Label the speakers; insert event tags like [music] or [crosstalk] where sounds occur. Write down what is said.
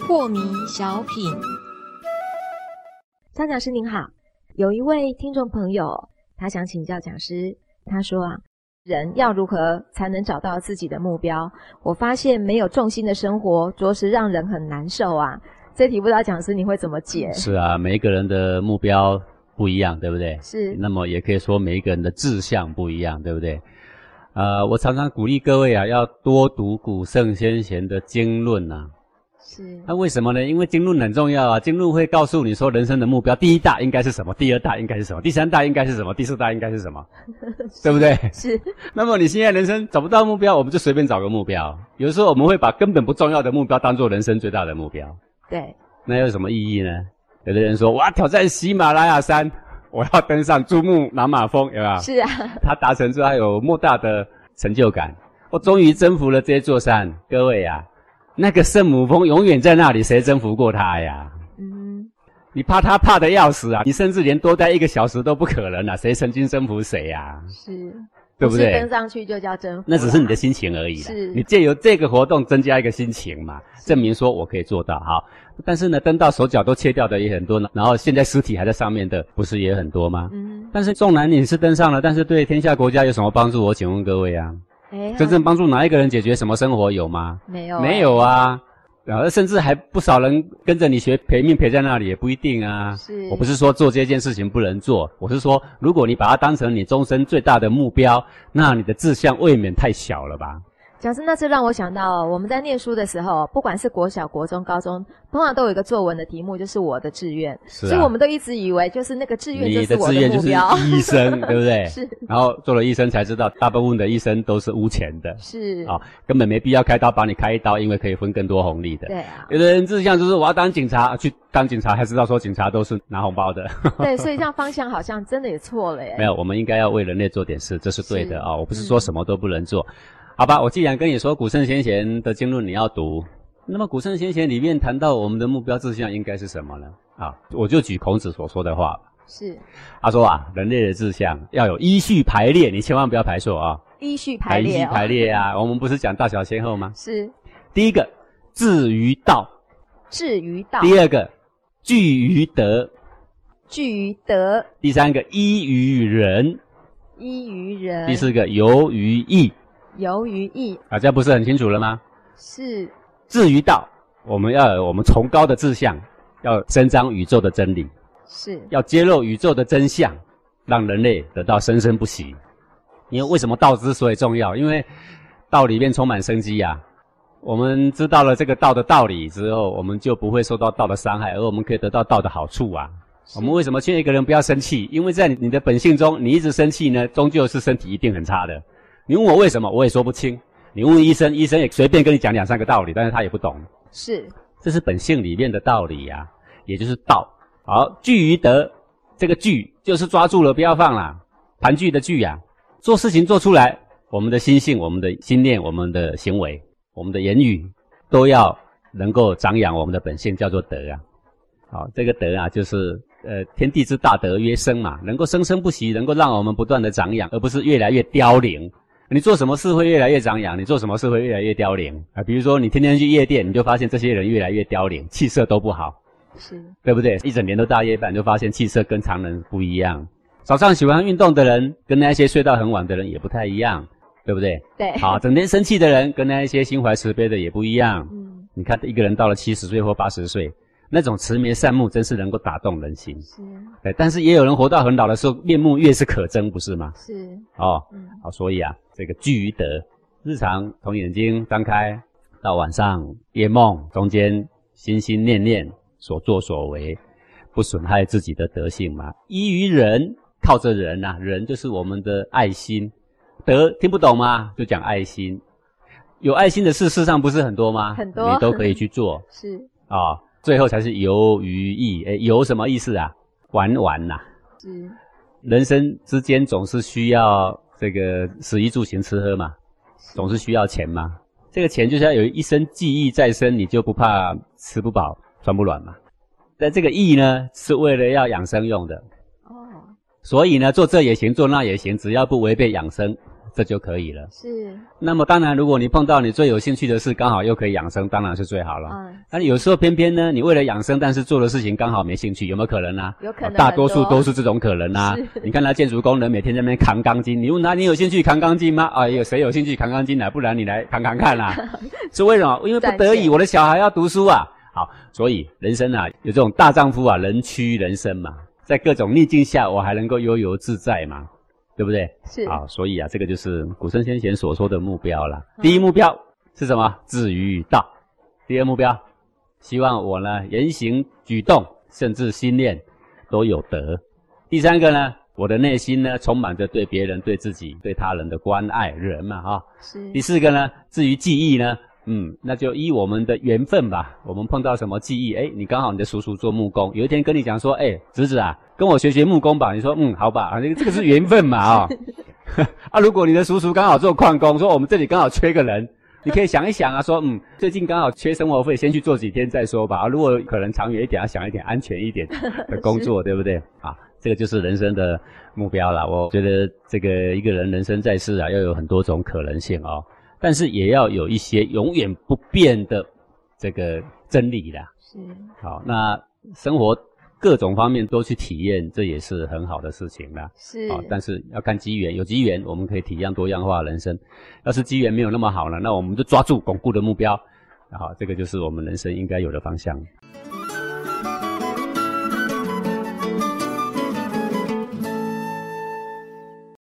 Speaker 1: 破迷小品，张讲师您好，有一位听众朋友，他想请教讲师，他说啊，人要如何才能找到自己的目标？我发现没有重心的生活，着实让人很难受啊。这题不知道讲师你会怎么解？
Speaker 2: 是啊，每一个人的目标不一样，对不对？
Speaker 1: 是，
Speaker 2: 那么也可以说每一个人的志向不一样，对不对？呃，我常常鼓励各位啊，要多读古圣先贤的经论啊。
Speaker 1: 是，
Speaker 2: 那为什么呢？因为经论很重要啊，经论会告诉你说人生的目标，第一大应该是什么，第二大应该是什么，第三大应该是什么，第四大应该是什么，对不对？
Speaker 1: 是，
Speaker 2: 那么你现在人生找不到目标，我们就随便找个目标。有时候我们会把根本不重要的目标当做人生最大的目标，
Speaker 1: 对，
Speaker 2: 那有什么意义呢？有的人说我要挑战喜马拉雅山，我要登上珠穆朗玛峰，有没有？
Speaker 1: 是啊， [laughs]
Speaker 2: 他达成之后，他有莫大的成就感。我终于征服了这座山，各位啊，那个圣母峰永远在那里，谁征服过它呀？
Speaker 1: 嗯，
Speaker 2: 你怕它怕的要死啊！你甚至连多待一个小时都不可能啊！谁曾经征服谁呀、
Speaker 1: 是，
Speaker 2: 对不
Speaker 1: 是登
Speaker 2: 对？
Speaker 1: 上去就叫征服，啊
Speaker 2: 那只是你的，心情而已啦
Speaker 1: 是。
Speaker 2: 你借由这个活动增加一个心情嘛，证明说我可以做到。好，但是呢，登到手脚都切掉的也很多呢，然后现在尸体还在上面的，不是也很多吗？
Speaker 1: 嗯，
Speaker 2: 但是纵然你是登上了，但是对天下国家有什么帮助？我请问各位啊，
Speaker 1: 哎，
Speaker 2: 真正帮助哪一个人解决什么生活有吗？
Speaker 1: 没有，
Speaker 2: 没，有啊，然后甚至还不少人跟着你学陪命陪在那里也不一定啊。
Speaker 1: 是，
Speaker 2: 我不是说做这件事情不能做，我是说如果你把它当成你终身最大的目标，那你的志向未免太小了吧？
Speaker 1: 讲师，那是让我想到我们在念书的时候，不管是国小、国中、高中，通常都有一个作文的题目，就是我的志愿。
Speaker 2: 是啊
Speaker 1: 所以我们都一直以为，就是那个志愿就
Speaker 2: 你
Speaker 1: 是我
Speaker 2: 志愿就
Speaker 1: 目
Speaker 2: 是
Speaker 1: 标。 [laughs]
Speaker 2: 医生，对不对？
Speaker 1: 是
Speaker 2: 然后做了医生才知道，大部分的医生都是污钱的，
Speaker 1: 是
Speaker 2: 啊根本没必要开刀把你开一刀，因为可以分更多红利的。
Speaker 1: 对啊，
Speaker 2: 有的人志向就是我要当警察，去当警察还知道说警察都是拿红包的。
Speaker 1: 对，所以这样方向好像真的也错了耶。
Speaker 2: 没有，我们应该要为人类做点事，这是对的
Speaker 1: 是嗯
Speaker 2: 啊、我不是说什么都不能做，好吧？我既然跟你说古圣先贤的经论你要读，那么古圣先贤里面谈到我们的目标志向应该是什么呢？啊，我就举孔子所说的话吧，
Speaker 1: 是
Speaker 2: 他说啊，人类的志向要有依序排列，你千万不要排错啊，
Speaker 1: 依序排列、
Speaker 2: 依
Speaker 1: 哦，
Speaker 2: 序排列
Speaker 1: [laughs]
Speaker 2: 啊。我们不是讲大小先后吗？
Speaker 1: 是
Speaker 2: 第一个志于道，
Speaker 1: 志于道，
Speaker 2: 第二个据于德，
Speaker 1: 据于德，
Speaker 2: 第三个依于人，
Speaker 1: 依于人，
Speaker 2: 第四个游于义。
Speaker 1: 由于义，
Speaker 2: 啊，这样不是很清楚了吗？
Speaker 1: 是
Speaker 2: 至于道，我们要有我们崇高的志向，要伸张宇宙的真理，
Speaker 1: 是
Speaker 2: 要揭露宇宙的真相，让人类得到生生不息。因为为什么道之所以重要？因为道里面充满生机呀、我们知道了这个道的道理之后，我们就不会受到道的伤害，而我们可以得到道的好处啊。我们为什么劝一个人不要生气？因为在你的本性中，你一直生气呢，终究是身体一定很差的。你问我为什么，我也说不清。你问医生，医生也随便跟你讲两三个道理，但是他也不懂。
Speaker 1: 是
Speaker 2: 这是本性里面的道理呀、也就是道。好，据于德，这个据就是抓住了，不要放啦，盘踞的据呀、做事情做出来，我们的心性、我们的心念、我们的行为、我们的言语，都要能够长养我们的本性，叫做德啊。好，这个德啊，就是呃天地之大德曰生嘛，能够生生不息，能够让我们不断的长养，而不是越来越凋零。你做什么事会越来越张扬，你做什么事会越来越凋零啊？比如说你天天去夜店，你就发现这些人越来越凋零，气色都不好，
Speaker 1: 是
Speaker 2: 对不对？一整年都大夜班，你就发现气色跟常人不一样。早上喜欢运动的人，跟那些睡到很晚的人也不太一样，对不对？
Speaker 1: 对，
Speaker 2: 好，整天生气的人，跟那一些心怀慈悲的也不一样。
Speaker 1: 嗯
Speaker 2: 你看，一个人到了七十岁或八十岁，那种慈眉善目，真是能够打动人心。
Speaker 1: 是
Speaker 2: 对，但是也有人活到很老的时候，面目越是可憎，不是吗？
Speaker 1: 是
Speaker 2: 哦，
Speaker 1: 嗯
Speaker 2: 好，所以啊，这个聚于德，日常从眼睛张开到晚上夜梦中间，心心念念所作所为，不损害自己的德性嘛。依于人，靠着人啊，人就是我们的爱心。德听不懂吗？就讲爱心。有爱心的事，世上不是很多吗？
Speaker 1: 很多
Speaker 2: 你都可以去做
Speaker 1: 是
Speaker 2: 啊、最后才是游于义，诶，游什么意思啊？玩玩呐、
Speaker 1: 是
Speaker 2: 人生之间总是需要这个食衣住行吃喝嘛，总是需要钱嘛。这个钱就是要有一身技艺在身，你就不怕吃不饱穿不暖嘛。但这个艺呢，是为了要养生用的，
Speaker 1: 哦
Speaker 2: 所以呢，做这也行，做那也行，只要不违背养生，这就可以了。
Speaker 1: 是，
Speaker 2: 那么当然，如果你碰到你最有兴趣的事，刚好又可以养生，当然是最好了。
Speaker 1: 嗯，
Speaker 2: 那有时候偏偏呢，你为了养生，但是做的事情刚好没兴趣，有没有可能啊？
Speaker 1: 有可能很
Speaker 2: 大多数都是这种可能啊
Speaker 1: 是。
Speaker 2: 你看那建筑工人每天在那边扛钢筋，你
Speaker 1: [laughs]
Speaker 2: 问他你有兴趣扛钢筋吗？啊，有谁有兴趣扛钢筋啊？不然你来扛扛
Speaker 1: [laughs]
Speaker 2: 看啦、是为什么？因为不得
Speaker 1: 赚
Speaker 2: 已，
Speaker 1: 钱
Speaker 2: 我的小孩要读书啊。好，所以人生啊，有这种大丈夫啊，人屈人伸嘛，在各种逆境下，我还能够悠游自在嘛，对不对？
Speaker 1: 是，
Speaker 2: 好，所以啊，这个就是古圣先贤所说的目标啦。
Speaker 1: 嗯
Speaker 2: 第一目标是什么？止于道。第二目标，希望我呢言行举动，甚至心念都有德。第三个呢，我的内心呢充满着对别人、对自己、对他人的关爱，人嘛哈、
Speaker 1: 是
Speaker 2: 第，四个呢，至于记忆呢，嗯，那就依我们的缘分吧。我们碰到什么记忆，哎，你刚好你的叔叔做木工，有一天跟你讲说，哎，侄子啊，跟我学学木工吧。你说，嗯，好吧，反正这个是缘分嘛啊、哦。 [laughs] 啊，如果你的叔叔刚好做矿工，说我们这里刚好缺个人。你可以想一想啊，说嗯，最近刚好缺生活费，先去做几天再说吧。啊如果可能长远一点，要想一点安全一点的工作，对不对？啊，这个就是人生的目标啦。我觉得这个一个人人生在世啊，要有很多种可能性哦。但是也要有一些永远不变的这个真理啦。
Speaker 1: 是，
Speaker 2: 好，那生活各种方面都去体验，这也是很好的事情啦。
Speaker 1: 是，
Speaker 2: 好，哦但是要看机缘，有机缘我们可以体验多样化人生。要是机缘没有那么好呢，那我们就抓住巩固的目标。好，这个就是我们人生应该有的方向。